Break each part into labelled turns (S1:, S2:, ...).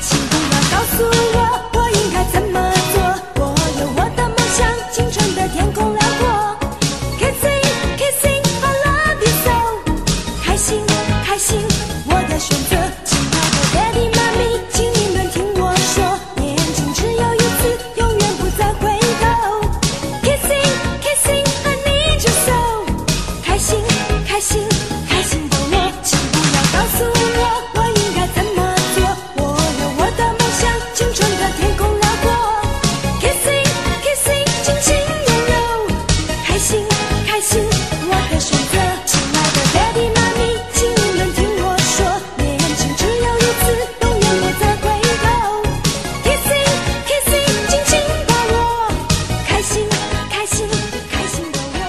S1: 请不要告诉我，我应该怎么做？我有我的梦想，青春的天空辽阔。Kissing, kissing, I love you so。开心，开心，我的选择。亲爱的 Daddy, Mommy，请你们听我说，年轻只有一次，永远不再回头。Kissing, kissing, I need you so。开心，开心，开心的我，请不要告诉我，我应该怎么做？我有我的梦想，青春的天空辽阔。Kissing, kissing，轻轻柔柔，开心，开心，我的选择。亲爱的 Daddy、Mommy，请你们听我说，年轻只有一次，永远不再回头。Kissing, kissing，紧紧抱我，开心，开心，开心的我。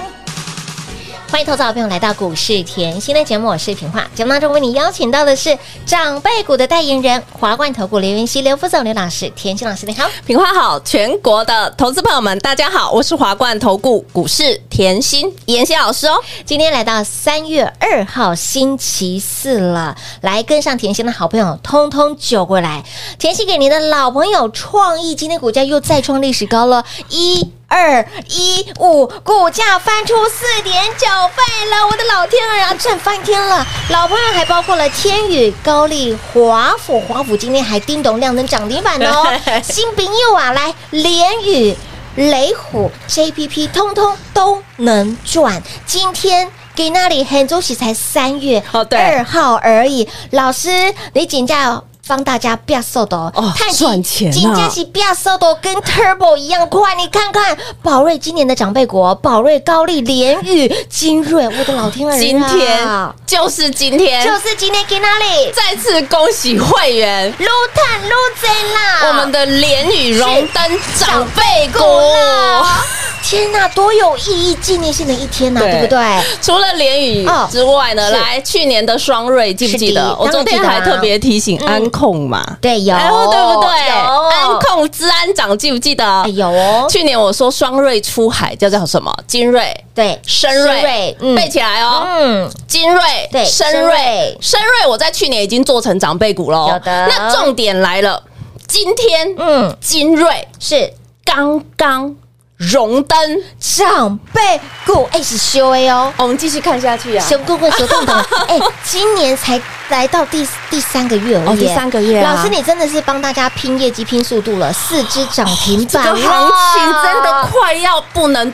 S2: 欢迎投资好朋友来到股市甜心的节目，我是平化。节目当中为你邀请到的是长辈股的代言人华冠投顾刘云熙、刘副总、刘老师、甜心老师，你好。
S3: 品花好，全国的投资朋友们，大家好，我是华冠投顾股市甜心妍希老师哦。，
S2: 今天来到三月二号星期四了，来跟上甜心的好朋友，通通揪过来。甜心给您的老朋友创意，今天股价又再创历史高了，一。二一五，股价翻出四点九倍了，我的老天儿啊，赚翻天了！老朋友还包括了天宇、高丽、华府，华府今天还叮咚亮灯涨停板哦新朋友啊，来联宇。雷虎、JPP 通通都能赚。今天给那里很周喜才三月
S3: 哦对
S2: 二号而已。老师，你请假帮大家不要受的
S3: 哦赚钱啊
S2: 金价是不要受的哦跟 Turbo 一样快。你看看宝瑞今年的长辈国，宝瑞、高丽、联宇、精锐，我的老天儿、啊！
S3: 今天就是今天，
S2: 就是今天给那里
S3: 再次恭喜会员，
S2: 撸碳撸贼啦！
S3: 我们的联宇荣登长辈股。
S2: 啦！天哪，多有意义纪念性的一天呐、
S3: 对
S2: 对不对？
S3: 除了联宇
S2: 哦
S3: 之外呢，
S2: 是
S3: 来去年的双瑞记不记
S2: 是
S3: 得
S2: 的？
S3: 我昨天
S2: 当然
S3: 还
S2: 记得啊
S3: 特别提醒
S2: 嗯
S3: 安控嘛，
S2: 对，有，
S3: 哎对不对？
S2: 有，
S3: 安控治安长记不记得
S2: 哎？有哦，
S3: 去年我说双瑞出海叫叫什么？精锐、
S2: 对，
S3: 深瑞，
S2: 深瑞嗯
S3: 背起来哦。
S2: 嗯，
S3: 精锐，
S2: 对
S3: 深
S2: 深
S3: 锐
S2: 瑞，
S3: 深锐，我在去年已经做成长辈股喽。
S2: 有的
S3: 那重点来了，今天，
S2: 嗯
S3: 嗯，精锐
S2: 是
S3: 刚刚荣登，
S2: 长辈股，哎，是修 A 哦。
S3: 我们继续看下去啊。
S2: 熊棍棍、熊 洞洞，哎，今年才来到第第三个月而
S3: 哦
S2: 已，
S3: 第三个月啊
S2: 老师，你真的是帮大家拼业绩、拼速度了，四只涨停
S3: 这
S2: 板了，
S3: 个行情真的快要不能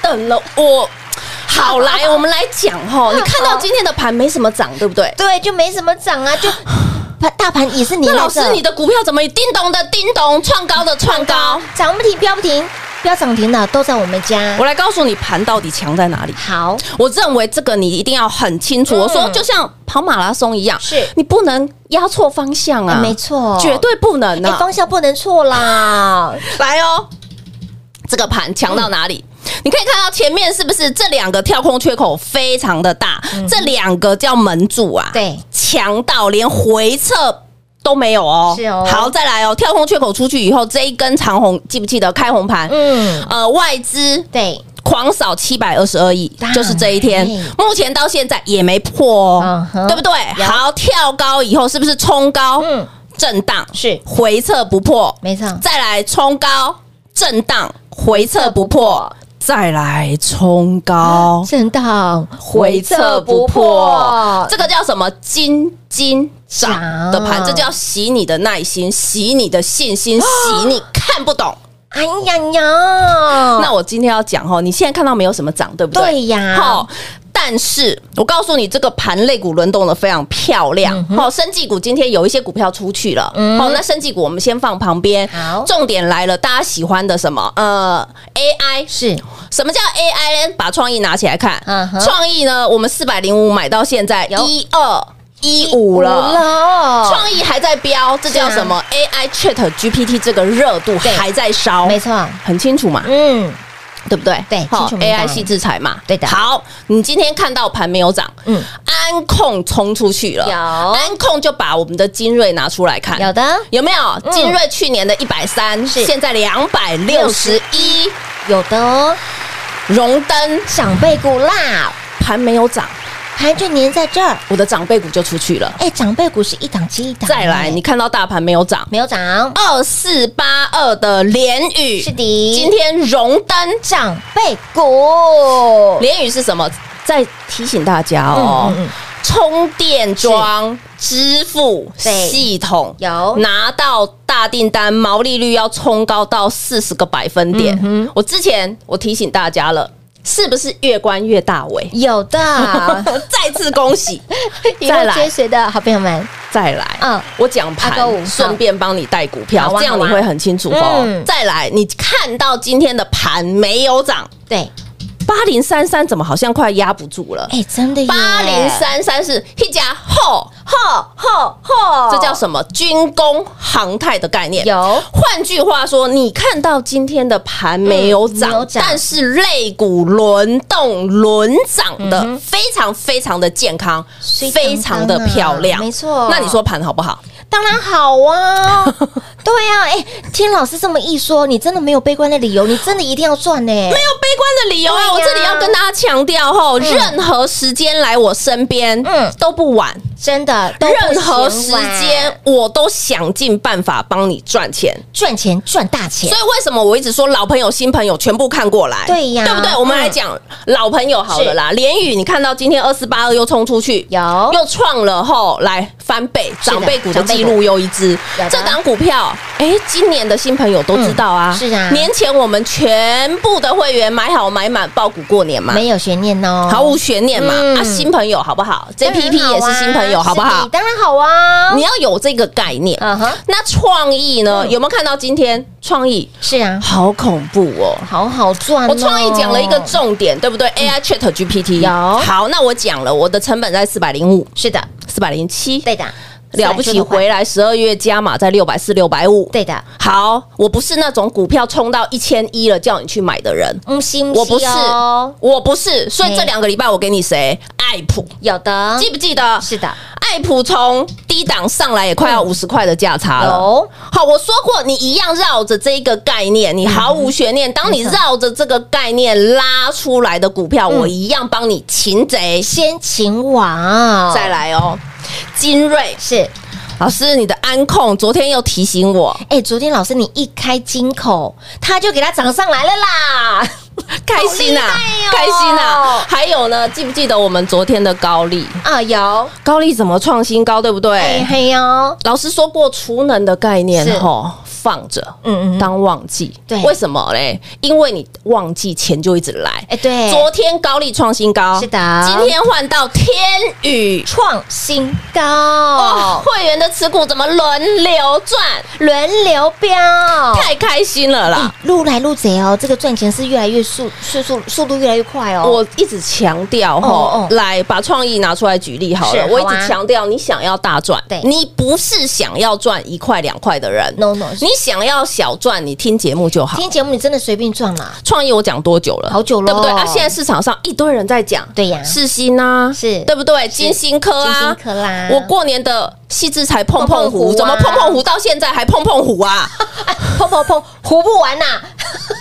S3: 等了，我。嗯好， 来，我们来讲哈。你看到今天的盘没什么涨，对不对？
S2: 对，就没什么涨 啊，就盘大盘也是你
S3: 那
S2: 来
S3: 老
S2: 着
S3: 师，你的股票怎么叮咚的叮咚，创高的创高？
S2: 涨不停、飙不停、飙涨停的都在我们家
S3: 我。来告诉你盘到底强在哪里。
S2: 好，
S3: 我认为这个你一定要很清楚。
S2: 嗯
S3: 我说就像跑马拉松一样，
S2: 是
S3: 你不能压错方向啊，
S2: 哎没错
S3: 绝对不能
S2: 哎，
S3: 啊。
S2: 方向不能错啦，
S3: 来哦，这个盘强到哪
S2: 嗯
S3: 里？你可以看到前面是不是这两个跳空缺口非常的大，这两个叫门柱啊，
S2: 嗯对，
S3: 强到连回撤。都没有哦，
S2: 是哦
S3: 好，再来哦，跳空缺口出去以后，这一根长红，记不记得开红盘？
S2: 嗯，
S3: 呃，外资
S2: 对，
S3: 狂扫七百二十二亿
S2: 当，然
S3: 就是这一天
S2: 嘿，
S3: 目前到现在也没破、哦
S2: 嗯哼
S3: 对不对？
S2: 有
S3: 好，跳高以后是不是冲高？
S2: 嗯
S3: 震荡
S2: 是
S3: 回撤不破，
S2: 没错
S3: 再来冲高，震荡回撤不破，再来冲高。
S2: 震荡
S3: 回撤不破，这个叫什么？金金涨的盘，
S2: 涨
S3: 这叫洗你的耐心，洗你的 信心，洗你看不懂。
S2: 哎呀呀，
S3: 那我今天要讲哦，你现在看到没有什么涨，对不对？
S2: 对呀
S3: 好，但是我告诉你，这个盘类股轮动的非常漂
S2: 嗯
S3: 亮。好，生技股今天有一些股票出去了。好，那生技股我们先放旁边
S2: 好。
S3: 重点来了，大家喜欢的什么？呃 AI
S2: 是
S3: 什么叫 AI 呢？把创意拿起来看
S2: 嗯哼，
S3: 创意呢，我们四百零五买到现在
S2: 有
S3: 一二一五了。
S2: 了啊
S3: 创意还在飙，这叫什么、a i Chat GPT 这个热度
S2: 对
S3: 还在烧，
S2: 没，错，
S3: 很清楚嘛，
S2: 嗯，
S3: 对不对？
S2: 对
S3: 好
S2: 清楚明白
S3: ，AI 系制裁嘛，
S2: 对的
S3: 好，你今天看到盘没有涨，
S2: 嗯
S3: 嗯，安控冲出去了，
S2: 有
S3: 安控就把我们的精锐拿出来看，
S2: 有的嗯
S3: 有没有？精锐去年的一百三，
S2: 是
S3: 现在两百六十一，
S2: 有的哦，
S3: 荣登
S2: 长辈股啦，
S3: 盘没有涨，
S2: 盘就粘在这儿。
S3: 我的长辈股就出去了。
S2: 哎，长辈股是一档接一档，
S3: 再来，
S2: 哎
S3: 你看到大盘没有涨，
S2: 没有涨，
S3: 二四八二的联宇，
S2: 是的，
S3: 今天荣登
S2: 长辈股
S3: 联宇是什么？再提醒大家哦，
S2: 哦嗯嗯嗯
S3: 充电桩支付
S2: 对
S3: 系统
S2: 有
S3: 拿到大订单，毛利率要冲高到四十个百分点。
S2: 嗯
S3: 我之前我提醒大家了，是不是越关越大尾？
S2: 有 的，
S3: 再次恭喜，
S2: 再
S3: 再
S2: 来
S3: 来
S2: 追随的好朋友们，
S3: 再来，
S2: 嗯
S3: 嗯，我讲
S2: 阿勾五
S3: 盘，顺便帮你带股
S2: 好
S3: 票
S2: 啊好，啊
S3: 这样你会很清楚哦
S2: 嗯。
S3: 再来，你看到今天的盘没有涨，
S2: 对，
S3: 八零三三怎么好像快压不住了？
S2: 哎，真的耶
S3: 八零，三三是一家后后后后，这叫什么？军工航太的概念。
S2: 有
S3: 换句话说，你看到今天的盘没有
S2: 嗯
S3: 涨，
S2: 没有涨
S3: 但是类股轮动轮涨的、
S2: 嗯
S3: 非常非常的健康，
S2: 水涨
S3: 非常的
S2: 灯啊
S3: 漂亮，
S2: 没错
S3: 那你说盘好不好？
S2: 当然好 啊，对啊，哎，听老师这么一说，你真的没有悲观的理由，你真的一定要赚呢，
S3: 没有悲观的理由
S2: 对呀
S3: 啊！我这里要跟大家强调吼，任何时间来我身边，
S2: 嗯
S3: 嗯，都不晚。
S2: 真的，都不
S3: 任何时
S2: 嫌晚
S3: 间，我都想尽办法帮你赚钱。
S2: 赚钱赚大钱
S3: 所，以为什么我一直说老朋友、新朋友全部看过来？
S2: 对呀
S3: 对不对？
S2: 嗯
S3: 我们来讲老朋友好了啦。联宇，你看到今天二四八二又冲出去，
S2: 有
S3: 又创了后来翻倍，
S2: 是的
S3: 长辈股的
S2: 长辈
S3: 记
S2: 股
S3: 录又一支
S2: 有的。
S3: 这档股票，哎，今年的新朋友都知道啊，
S2: 嗯是啊
S3: 年前我们全部的会员买好买满爆股过年嘛。
S2: 没有悬念哦，
S3: 毫无悬念嘛，
S2: 嗯
S3: 啊，新朋友好不好
S2: 当然
S3: ？JPP 也
S2: 啊
S3: 是新朋友，好不
S2: 是
S3: 好
S2: 的？当然好啊，
S3: 你要有这个概念。
S2: 嗯哼，
S3: 那创意呢？有没有看到今天创意
S2: 是啊，
S3: 好恐怖哦？
S2: 好好赚哦，嗯
S3: 我创意讲了一个重点，对不对？AI Chat GPT
S2: 有
S3: 好，那我讲了，我的成本在四百零五，
S2: 是的，
S3: 四百零七，
S2: 对的，
S3: 了不起回来十二月加码在六百四、六百五，
S2: 对的，
S3: 好，我不是那种股票冲到一千一了叫你去买的人，
S2: 嗯，心
S3: 我不是
S2: 哦，
S3: 我不是，所以
S2: 嘿
S3: 这两个礼拜我给你谁？爱普，
S2: 有的，
S3: 记不记得？
S2: 嗯是嗯的，
S3: 爱普从低档上来也快要五十块的价差了。
S2: 有
S3: 好，我说过，你一样绕着这一个概念，你毫无悬念。当你
S2: 嗯没错
S3: 绕着这个概念拉出来的股票，
S2: 嗯
S3: 我一样帮你擒贼。
S2: 先秦王，
S3: 再来哦，精锐
S2: 是，
S3: 老师，你的安控昨天又提醒我，
S2: 哎，昨天老师你一开金口，它就给它涨上来了啦，
S3: 开心啊，开心啊！还有呢，记不记得我们昨天的高丽？
S2: 啊，有，
S3: 高丽怎么创新高，对不对？
S2: 哎嘿哟，
S3: 老师说过，储能的概念
S2: 是
S3: 吼放着，
S2: 嗯嗯嗯
S3: 嗯嗯，当旺季。
S2: 对
S3: 为什么嘞？因为你旺季钱就一直来。
S2: 哎对，
S3: 昨天高利创新高，
S2: 是的
S3: 今天换到天宇。
S2: 创新
S3: 哦
S2: 高，，
S3: 会员的持股怎么轮流赚？
S2: 轮流标。哦
S3: 太开心了啦！
S2: 撸来撸贼哦，这个赚钱是越来越速速速速度越来越快哦。
S3: 我一直强调
S2: 哦
S3: 吼
S2: 哦，
S3: 来把创意拿出来举例好
S2: 是
S3: 了
S2: 好。啊
S3: 我一直强调，你想要大赚
S2: 对，
S3: 你不是想要赚一块两块的人，
S2: no no，
S3: 你想要小赚，你听节目就好
S2: 今。天节目你真的随便赚啦，
S3: 创意我讲多久了？
S2: 好久咯
S3: 对不对？啊，现在市场上一堆人在讲，
S2: 对呀
S3: 世新啊，
S2: 是
S3: 对不对？金星科啊，
S2: 金星科啦
S3: 我过年的细致才碰碰
S2: 嗯碰碰
S3: 胡，
S2: 胡啊
S3: 怎么碰碰胡到现在还碰碰胡啊？
S2: 砰砰砰，糊不完 呐，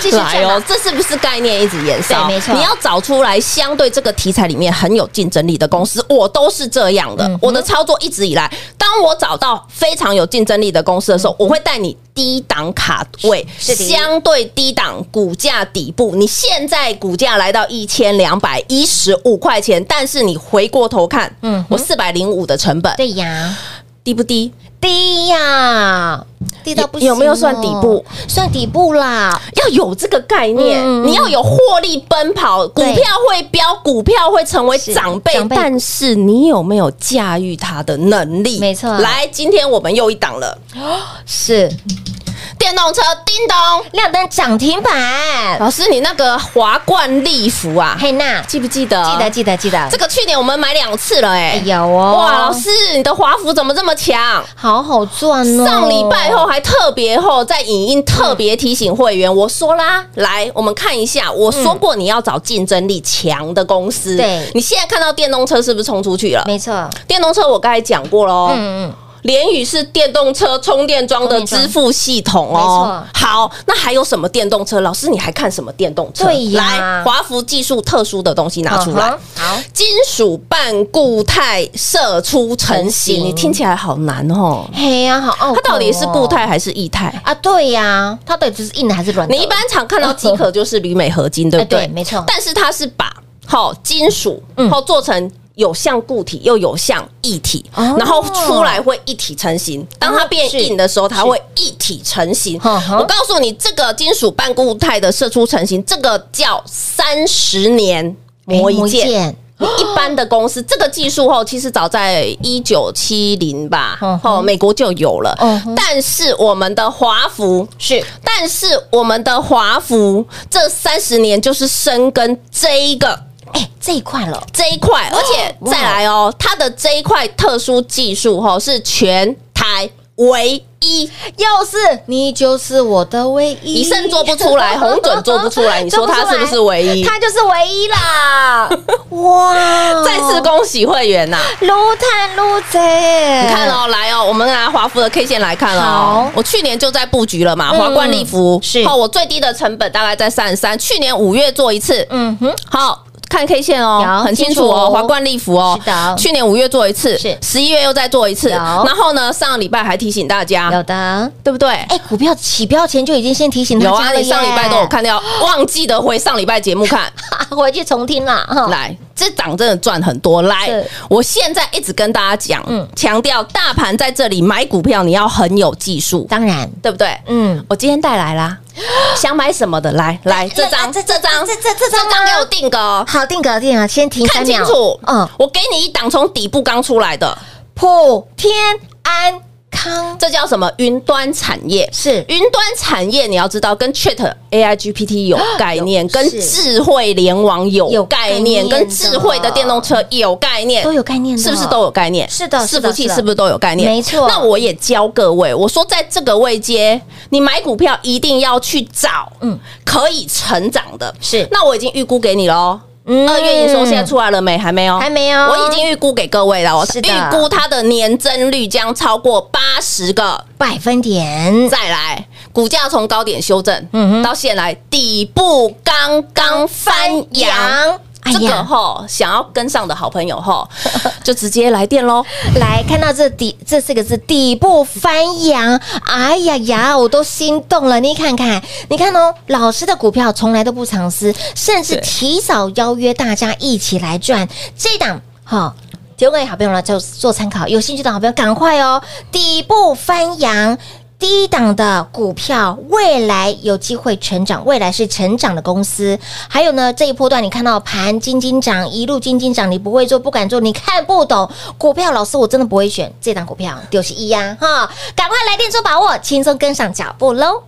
S2: 继续
S3: 来
S2: 赚
S3: 哦
S2: 哦，，
S3: 这是不是概念一直延烧？
S2: 对没错
S3: 你要找出来相对这个题材里面很有竞争力的公司，我都是这样
S2: 嗯
S3: 的。我的操作一直以来，当我找到非常有竞争力的公司的时候，我会带你低档卡位，
S2: 嗯是的
S3: 相对低档股价底部。你现在股价来到一千两百一十五块钱，但是你回过头看，
S2: 嗯
S3: 嗯，我四百零五的成本
S2: 对呀，
S3: 低不低？
S2: 低呀，低到不行哦
S3: 有有没有算底部？
S2: 算底部啦，
S3: 要有这个概念，
S2: 嗯
S3: 你要有获利奔跑，股票会飙，股票会成为长辈
S2: 是长辈股
S3: 但是你有没有驾驭它的能力？
S2: 没错
S3: 来，今天我们又一档了，
S2: 是
S3: 第电动车，叮咚。
S2: 亮灯涨停板，
S3: 老师，你那个华冠利福啊，
S2: 嘿娜，记
S3: 记不记得？
S2: 得。记得记得
S3: 这，个去年我们买两次了、
S2: 哎
S3: 哎、
S2: 有哦，
S3: 哇，老师，你的华福怎么这么强？
S2: 好好赚哦，
S3: 上礼拜后还特别后，在影音特别提醒会员，我说啦，来，我们看一下，我说过你要找竞争力强的公司。
S2: 嗯对
S3: 你现在看到电动车是不是冲出去了？
S2: 没错，
S3: 电动车我刚才讲过喽，
S2: 嗯嗯，
S3: 联宇是电动车充电桩的支付系统哦
S2: 没。
S3: 好，那还有什么电动车？老师，你还看什么电动车？
S2: 对呀
S3: 来，华孚技术特殊的东西拿出来。
S2: 嗯哼好，
S3: 金属半固态射出成
S2: 成
S3: 型，
S2: 型
S3: 你听起来好难哦。
S2: 嘿呀，好傲骨哦，
S3: 它到底是固态还是液态？
S2: 啊？对呀，它到底只是硬的还是软的？
S3: 哦你一般常看到机壳就是铝镁合金，对
S2: 哎
S3: 不对？
S2: 对没错
S3: 但是它是把好金属
S2: 嗯
S3: 好做成。有像固体又有像液体，
S2: 哦
S3: 然后出来会一体成型。当它变硬的时候，它会一体成型。
S2: 哼哼
S3: 我告诉你，这个金属半固态的射出成型，这个叫三十年磨
S2: 哎
S3: 一剑。你一般的公司，这个技术后其实早在一九七零吧
S2: 嗯，哼
S3: 哦，美国就有了
S2: 嗯哼。
S3: 但是我们的华孚是，但是我们的华孚这三十年就是深耕这一个
S2: 哎，这一块了，
S3: 这一块，而且再来哦，它的这一块特殊技术哈是全台唯一。
S2: 要是你就是我的唯一，
S3: 以盛做不出来，红准做不出来， 你说它是不是唯一？
S2: 他就是唯一 啦！哇，
S3: 再次恭喜会员呐、
S2: 撸探撸贼，
S3: 你看，哦，来哦，我们拿华孚的 K 线来看哦
S2: 嗯好。
S3: 我去年就在布局了嘛，
S2: 嗯
S3: 华冠利福哦
S2: 是
S3: 好，我最低的成本大概在三十三，去年五月做一次，
S2: 嗯哼，
S3: 好。看 K 线哦，
S2: 有
S3: 很清
S2: 清
S3: 楚
S2: 楚
S3: 哦，华冠利福哦，
S2: 是的
S3: 去年五月做一次，
S2: 是
S3: 十一月又再做一次，
S2: 有
S3: 然后呢，上个礼拜还提醒大
S2: 有
S3: 家，
S2: 的。
S3: 对不对？
S2: 哎，股票起标前就已经先提醒大
S3: 有
S2: 家
S3: 啊，
S2: 了耶
S3: 你上礼拜都有，看到，忘记得回上礼拜节目看，
S2: 回去重听啦。哈，
S3: 来，这档真的赚很多。来
S2: 是，
S3: 我现在一直跟大家
S2: 嗯
S3: 讲，强调大盘在这里买股票，你要很有技术，
S2: 当然，
S3: 对不对？
S2: 嗯，
S3: 我今天带来 啦，想买什么的来来这张
S2: 这
S3: 这
S2: 这
S3: 张
S2: 这这这张啊
S3: 给我定个哦，
S2: 好，定格定啊，先停
S3: 看
S2: 三
S3: 清
S2: 秒，
S3: 楚，
S2: 嗯
S3: 嗯，，我给你一档从底部刚出来的，
S2: 普天安康
S3: 这叫什么云端产业？
S2: 是
S3: 云端产业你要知道，跟 Chat AI GPT 有概念，跟
S2: 是
S3: 智慧联网有
S2: 有概
S3: 概
S2: 念
S3: 念，跟智慧的电动车有概念，
S2: 都有概念的，哦
S3: 是不是都有概念？
S2: 嗯是的是
S3: 伺
S2: 的
S3: 服器
S2: 是的
S3: 是不是都有概念？
S2: 没错
S3: 那我也教各位，我说在这个位阶，你买股票一定要去找，
S2: 嗯
S3: 嗯，可以成长的。
S2: 是
S3: 那我已经预估给你喽。
S2: 嗯
S3: 二月营收现在出来了没？还没有，
S2: 还没有
S3: 哦我已经预估给各位了，我哦
S2: 是的
S3: 预估它的年增率将超过八十个。
S2: 百分点？
S3: 再来，股价从高点修正，
S2: 嗯哼
S3: 到现在底部刚刚翻扬。，
S2: 哎
S3: 这个
S2: 呀，
S3: 吼，想要跟上的好朋 友吼，就直接来电喽。
S2: 来看到这底这四个字底部翻扬，哎呀呀，我都心动了。你看看，你看哦，老师的股票从来都不藏私，甚至
S3: 对
S2: 提早邀约大家一起来赚这档哈。提供给好朋友呢，就做参考。有兴趣的好朋友，赶快哦！底部翻扬，低档的股票，未来有机会成长，未来是成长的公司。还有呢，这一波段你看到盘金金涨，一路金金涨，你不会做，不敢做，你看不懂股票，老师我真的不会选这档股票，六十一呀，哈！赶快来电做把握，轻松跟上脚步喽。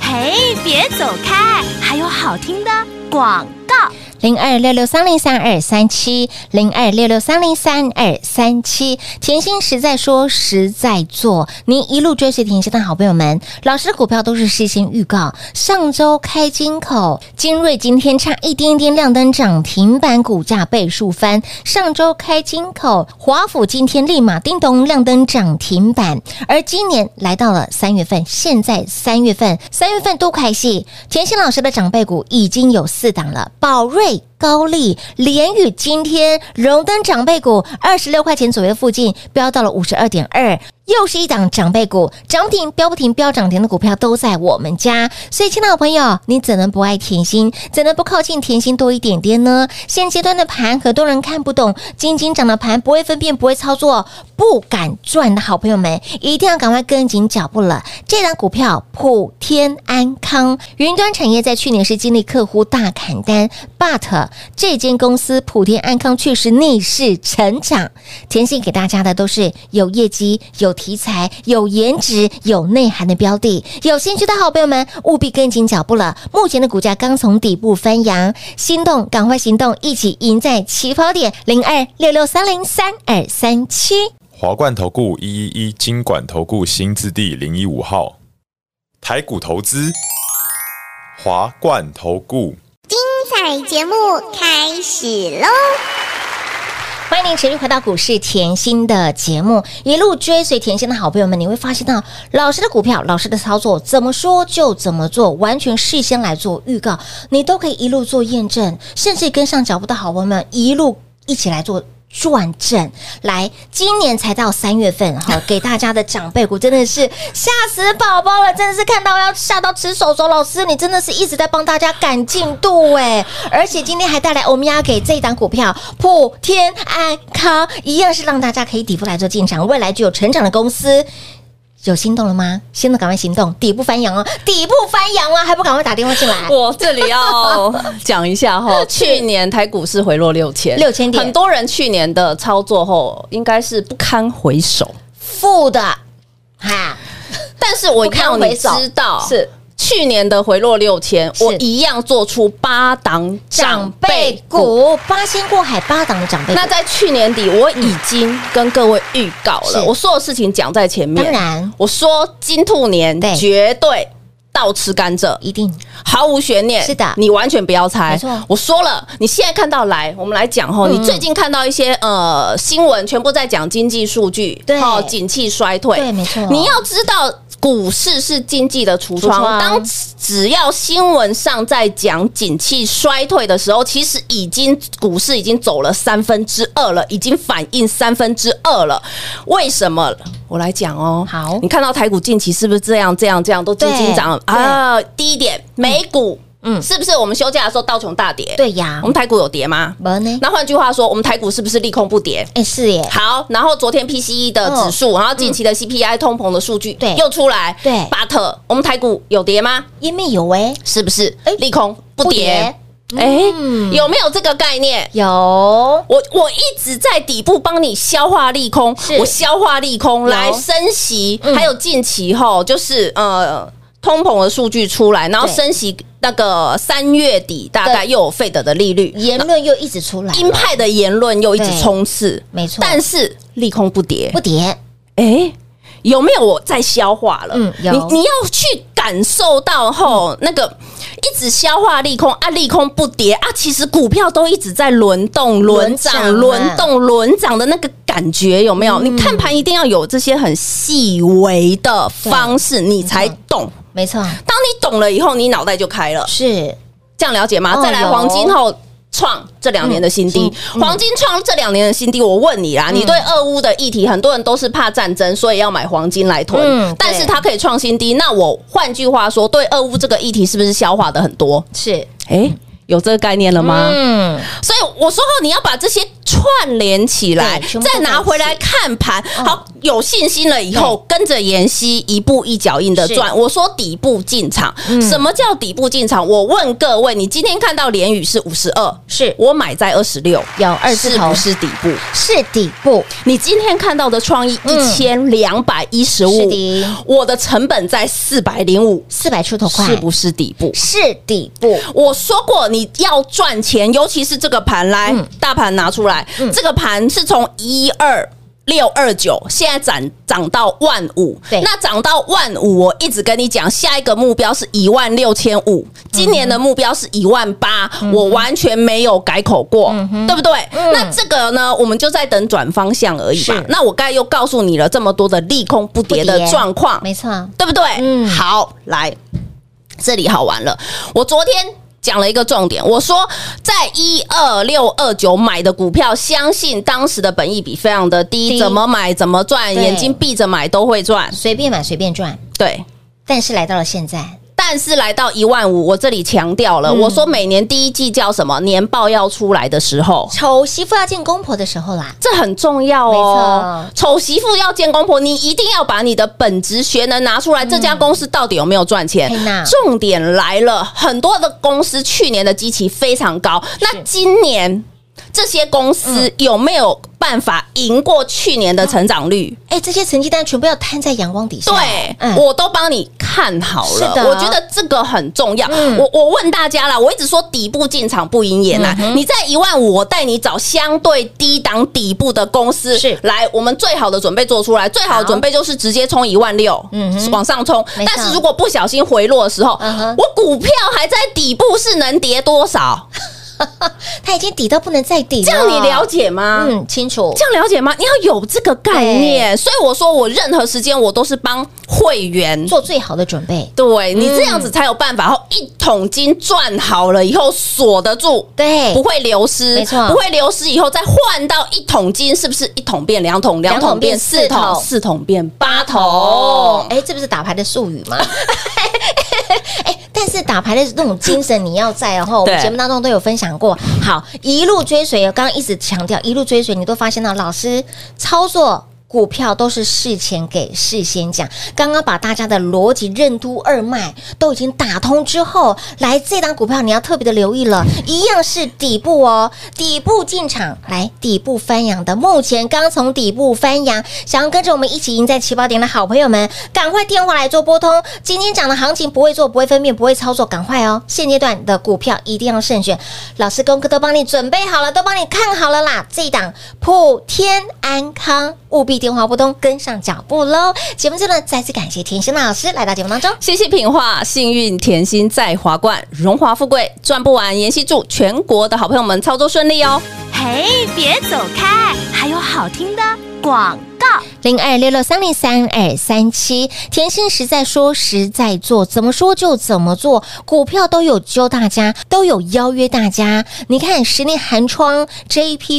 S4: 嘿，别走开，还有好听的广告。
S2: 零二六六三零三二三七，零二六六三零三二三七。甜心实在说，实在做。您一路追随甜心的好朋友们，老师的股票都是事先预告。上周开金口，精锐今天差一点点亮灯涨停板，股价倍数翻。上周开金口，华府今天立马叮咚亮灯涨停板。而今年来到了三月份，现在三月份，三月份多开戏，甜心老师的长辈股已经有四档了，宝瑞。高丽、联宇今天荣登长辈股，二十六块钱左右附近飙到了五十二点二，又是一档长辈股，涨停飙不停，飙涨停的股票都在我们家。所以，亲爱的朋友，你怎能不爱甜心？怎能不靠近甜心多一点点呢？现阶段的盘，很多人看不懂，金金涨的盘不会分辨，不会操作，不敢赚的好朋友们，一定要赶快跟紧脚步了。这档股票普天安康，云端产业在去年是经历客户大砍单，but 了，这间公司普天安康确实逆势成长。甜心给大家的都是有业绩、有题材、有颜值、有内涵的标的，有兴趣的好朋友们务必跟紧脚步了。目前的股价刚从底部翻扬，心动赶快行动，一起赢在起跑点零二六六三零三二三七。
S5: 华冠投顾一一一金管投顾新字第零一五号，台股投资，华冠投顾。
S6: 彩节目开始喽！
S2: 欢迎您持续回到股市甜心的节目，一路追随甜心的好朋友们，你会发现到老师的股票、老师的操作，怎么说就怎么做，完全事先来做预告，你都可以一路做验证，甚至跟上脚步的好朋友们一路一起来做。转正来，今年才到三月份哈， 给大家的长辈股真的是吓死宝宝了，真的是看到要吓到吃手手。老师，你真的是一直在帮大家赶进度哎，而且今天还带来欧米亚给这一档股票普天安康，一样是让大家可以底部来做进场，未来具有成长的公司。有心动了吗？心动赶快行动，底部翻扬哦，底部翻扬哦，还不赶快打电话进来？
S3: 我这里要讲一下哈， 去年台股市回落六千
S2: 6000点
S3: 很多人去年的操作后应该是不堪回首，
S2: 负的哈，
S3: 但是我
S2: 不堪
S3: 要
S2: 回
S3: 你
S2: 首
S3: 知道
S2: 是
S3: 去年的回落六千，
S2: 是
S3: 我一样做出八档
S2: 长
S3: 长
S2: 辈
S3: 辈股。
S2: 股八仙过海八档的长辈股
S3: 那。在去年底，我已经跟各位预告
S2: 是
S3: 了，我所有事情讲在前面。
S2: 当然
S3: 我说金兔年
S2: 对
S3: 绝对倒吃甘蔗，
S2: 一定
S3: 毫无悬念。
S2: 是的
S3: 你完全不要猜。
S2: 没错嗯
S3: 我说了，你现在看到来，我们来讲吼，你最近看到一些呃新闻，全部在讲经济数据，
S2: 对
S3: 吼景气衰退，
S2: 对没错
S3: 你要知道。股市是经济的
S2: 嗯
S3: 橱窗，
S2: 橱窗
S3: 当只要新闻上在讲景气衰退的时候，其实已经股市已经走了三分之二了，已经反映三分之二了。为什么？我来讲哦。
S2: 好
S3: 你看到台股近期是不是这样这样这样都金金涨
S2: 对
S3: 啊？第一点，美股，
S2: 嗯
S3: 嗯，是不是我们休假的时候道琼大跌？，
S2: 对呀
S3: 我，们台股有跌吗？
S2: 没呢，
S3: 那换句话说，我们台股是不是利空不跌？
S2: 哎是耶，
S3: 好，然后昨天 PCE 的指数，然后近期的 CPI 通膨的数据
S2: 嗯对
S3: 又出来，
S2: 对
S3: ，but 我们台股有跌吗？
S2: 因为有哎，
S3: 是不是
S2: 哎
S3: 利空不跌？哎，
S2: 嗯
S3: 有没有这个概念？
S2: 有
S3: 我我一直在底部帮你消化利空
S2: 是，嗯
S3: 我消化利空来升息，还有近期吼，就是呃通膨的数据出来，然后
S2: 对
S3: 升息那个三月底大概又有费德的利率，
S2: 言论又一直出来了，
S3: 鹰派的言论又一直
S2: 对
S3: 冲刺，
S2: 没错，
S3: 但是利空不跌
S2: 不，跌，
S3: 哎。有没有我在消化了？
S2: 嗯有
S3: 你你要去感受到后、那个一直消化利空啊，利空不跌啊，其实股票都一直在轮动、轮涨、
S2: 轮
S3: 轮
S2: 涨啊嗯
S3: 动、轮涨的那个感觉有没有？你看盘一定要有这些很细微的方式，
S2: 啊
S3: 你才懂。
S2: 没错，
S3: 当你懂了以后，你脑袋就开了，
S2: 是
S3: 这样了解吗？
S2: 哦
S3: 再来
S2: 有
S3: 黄金后。创这两年的新低，
S2: 嗯
S3: 黄金创这两年的新低。我问你啦，你对俄乌的议题，很多人都是怕战争，所以要买黄金来囤。
S2: 嗯
S3: 但
S2: 对
S3: 是它可以创新低，那我换句话说，对俄乌这个议题是不是消化的很多？
S2: 是，
S3: 诶，有这个概念了吗？
S2: 嗯，
S3: 所以我说后，哦你要把这些串联起来
S2: 对全，部都
S3: 再拿回来看盘。
S2: 嗯
S3: 好，有信心了以后，跟着妍希一步一脚印的赚。我说底部进场，
S2: 嗯
S3: 什么叫底部进场？我问各位，你今天看到联宇是五十二，
S2: 是
S3: 我买在二十六，
S2: 有二字
S3: 是
S2: 头
S3: 不是底部？
S2: 是底部，
S3: 你今天看到的创意
S2: 嗯
S3: 一千两百一十
S2: 是
S3: 五
S2: 的，
S3: 我的成本在四百零五，
S2: 四百出头块，
S3: 是不是底部？
S2: 是底部？
S3: 我说过，你要赚钱，尤其是这个盘来，
S2: 嗯
S3: 大盘拿出来，这个盘是从一二。六二九现在涨涨到万五，
S2: 对
S3: 那涨到万五，我一直跟你讲，下一个目标是一万六千五，今年的目标是一万八、
S2: 嗯
S3: 我完全没有改口过，对不对、那这个呢，我们就在等转方向而已吧
S2: 是。
S3: 那我刚才又告诉你了这么多的利空不跌
S2: 不
S3: 的
S2: 跌
S3: 状况，
S2: 没错，
S3: 对不对？
S2: 嗯
S3: 好，来，这里好玩了。我昨天讲了一个重点，我说在一二六二九买的股票，相信当时的本益比非常的
S2: 低
S3: 低，怎么买怎么赚，
S2: 对
S3: 眼睛闭着买都会赚。
S2: 随便买随便赚，
S3: 对，
S2: 但是来到了现在，
S3: 但但是来到一万五，我这里强调
S2: 嗯
S3: 了，我说每年第一季叫什么？年报要出来的时候，
S2: 丑媳妇要见公婆的时候啦，
S3: 这很重要哦
S2: 没错。
S3: 丑媳妇要见公婆，你一定要把你的本职学能拿出来，这家公司到底有没有赚钱
S2: 嘿呐？
S3: 重点来了，很多的公司去年的基期非常高，那今年这些公
S2: 嗯
S3: 司有没有办法赢过去年的成长率？
S2: 哎，这些成绩单全部要摊在阳光底下。
S3: 对，
S2: 嗯
S3: 我都帮你看好
S2: 是
S3: 了。
S2: 的嗯
S3: 我觉得这个很重要。我我问大家啦，我一直说底部进场不赢也
S2: 嗯
S3: 难。你在一万五，我带你找相对低档底部的公司
S2: 是
S3: 来，我们最好的准备做出来。最好的准备就是直接冲一万六，
S2: 嗯哼
S3: 往上冲。
S2: 没错
S3: 但是如果不小心回落的时候，
S2: 嗯哼
S3: 我股票还在底部是能跌多少？
S2: 它已经底到不能再底了。
S3: 这样你了解吗？
S2: 嗯，清楚。
S3: 这样了解吗？你要有这个概念，所以我说我任何时间我都是帮会员
S2: 做最好的准备。
S3: 对你这样子
S2: 嗯
S3: 才有办法，然后一桶金赚好了以后锁得住。
S2: 对
S3: 不，会流失，
S2: 没错
S3: 不会流失。以后再换到一桶金，是不是一桶变两桶，两桶变四
S2: 两桶变四
S3: 桶，
S2: 桶
S3: 四桶变八
S2: 哦
S3: 桶，？
S2: 哎，这不是打牌的术语吗？ 哎，但是打牌的那种精神你要在哦，然后我们
S3: 对
S2: 节目当中都有分享过。好，一路追随，刚刚一直强调一路追随，你都发现到老师操作。股票都是事前给，事先讲。刚刚把大家的逻辑、任督二脉都已经打通之后，来这档股票你要特别的留意了，一样是底部哦，底部进场，来底部翻扬的，目前刚从底部翻扬，想要跟着我们一起赢在起跑点的好朋友们，赶快电话来做拨通。今天讲的行情不会做，不会分辨，不会操作，赶快哦！现阶段的股票一定要慎选，老师功课都帮你准备好了，都帮你看好了啦。这一档普天安康，务必电话拨通，跟上脚步喽！节目最后呢，再次感谢甜心老师来到节目当中。
S3: 谢谢品画，幸运甜心在华冠，荣华富贵赚不完。妍希祝全国的好朋友们操作顺利哦。
S4: 嘿，别走开，还有好听的广告。
S2: 零二六六三零三二三七。甜心实在说，实在做，怎么说就怎么做。股票都有教大家，都有邀约大家。你看，十年寒窗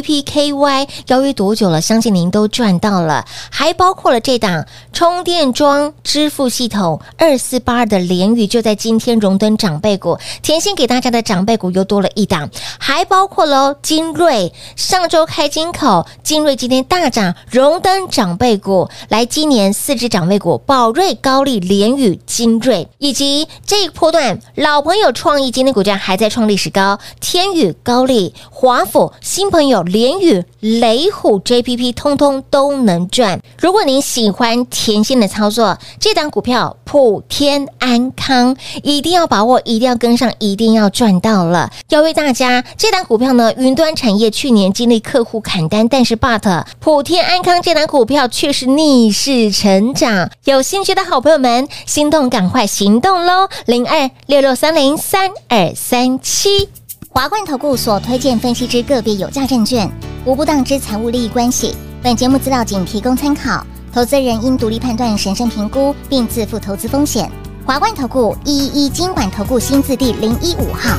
S2: JPPKY 邀约多久了？相信您都赚到了，还包括了这档充电桩支付系统二四八二的联宇，就在今天荣登长辈股。甜心给大家的长辈股又多了一档，还包括喽金瑞，上周开金口，金瑞今天大涨，荣登长辈股。来，今年四只长辈股，宝瑞、高丽、联宇、金瑞，以及这一波段老朋友创意，今天股价还在创历史高。天宇、高丽、华府、新朋友、联宇、雷虎、JPP，通通都能赚。如果您喜欢甜心的操作，这档股票普天安康一定要把握，一定要跟上，一定要赚到了。要为大家这档股票呢，云端产业去年经历客户砍单，但是 but 普天安康这档股票却是逆势成长。有兴趣的好朋友们，心动赶快行动喽！零二六六三零三二三七。
S7: 华冠投顾所推荐分析之个别有价证券，无不当之财务利益关系。本节目资料仅提供参考，投资人应独立判断、审慎评估，并自负投资风险。华冠投顾一一一金管投顾新字第零一五号。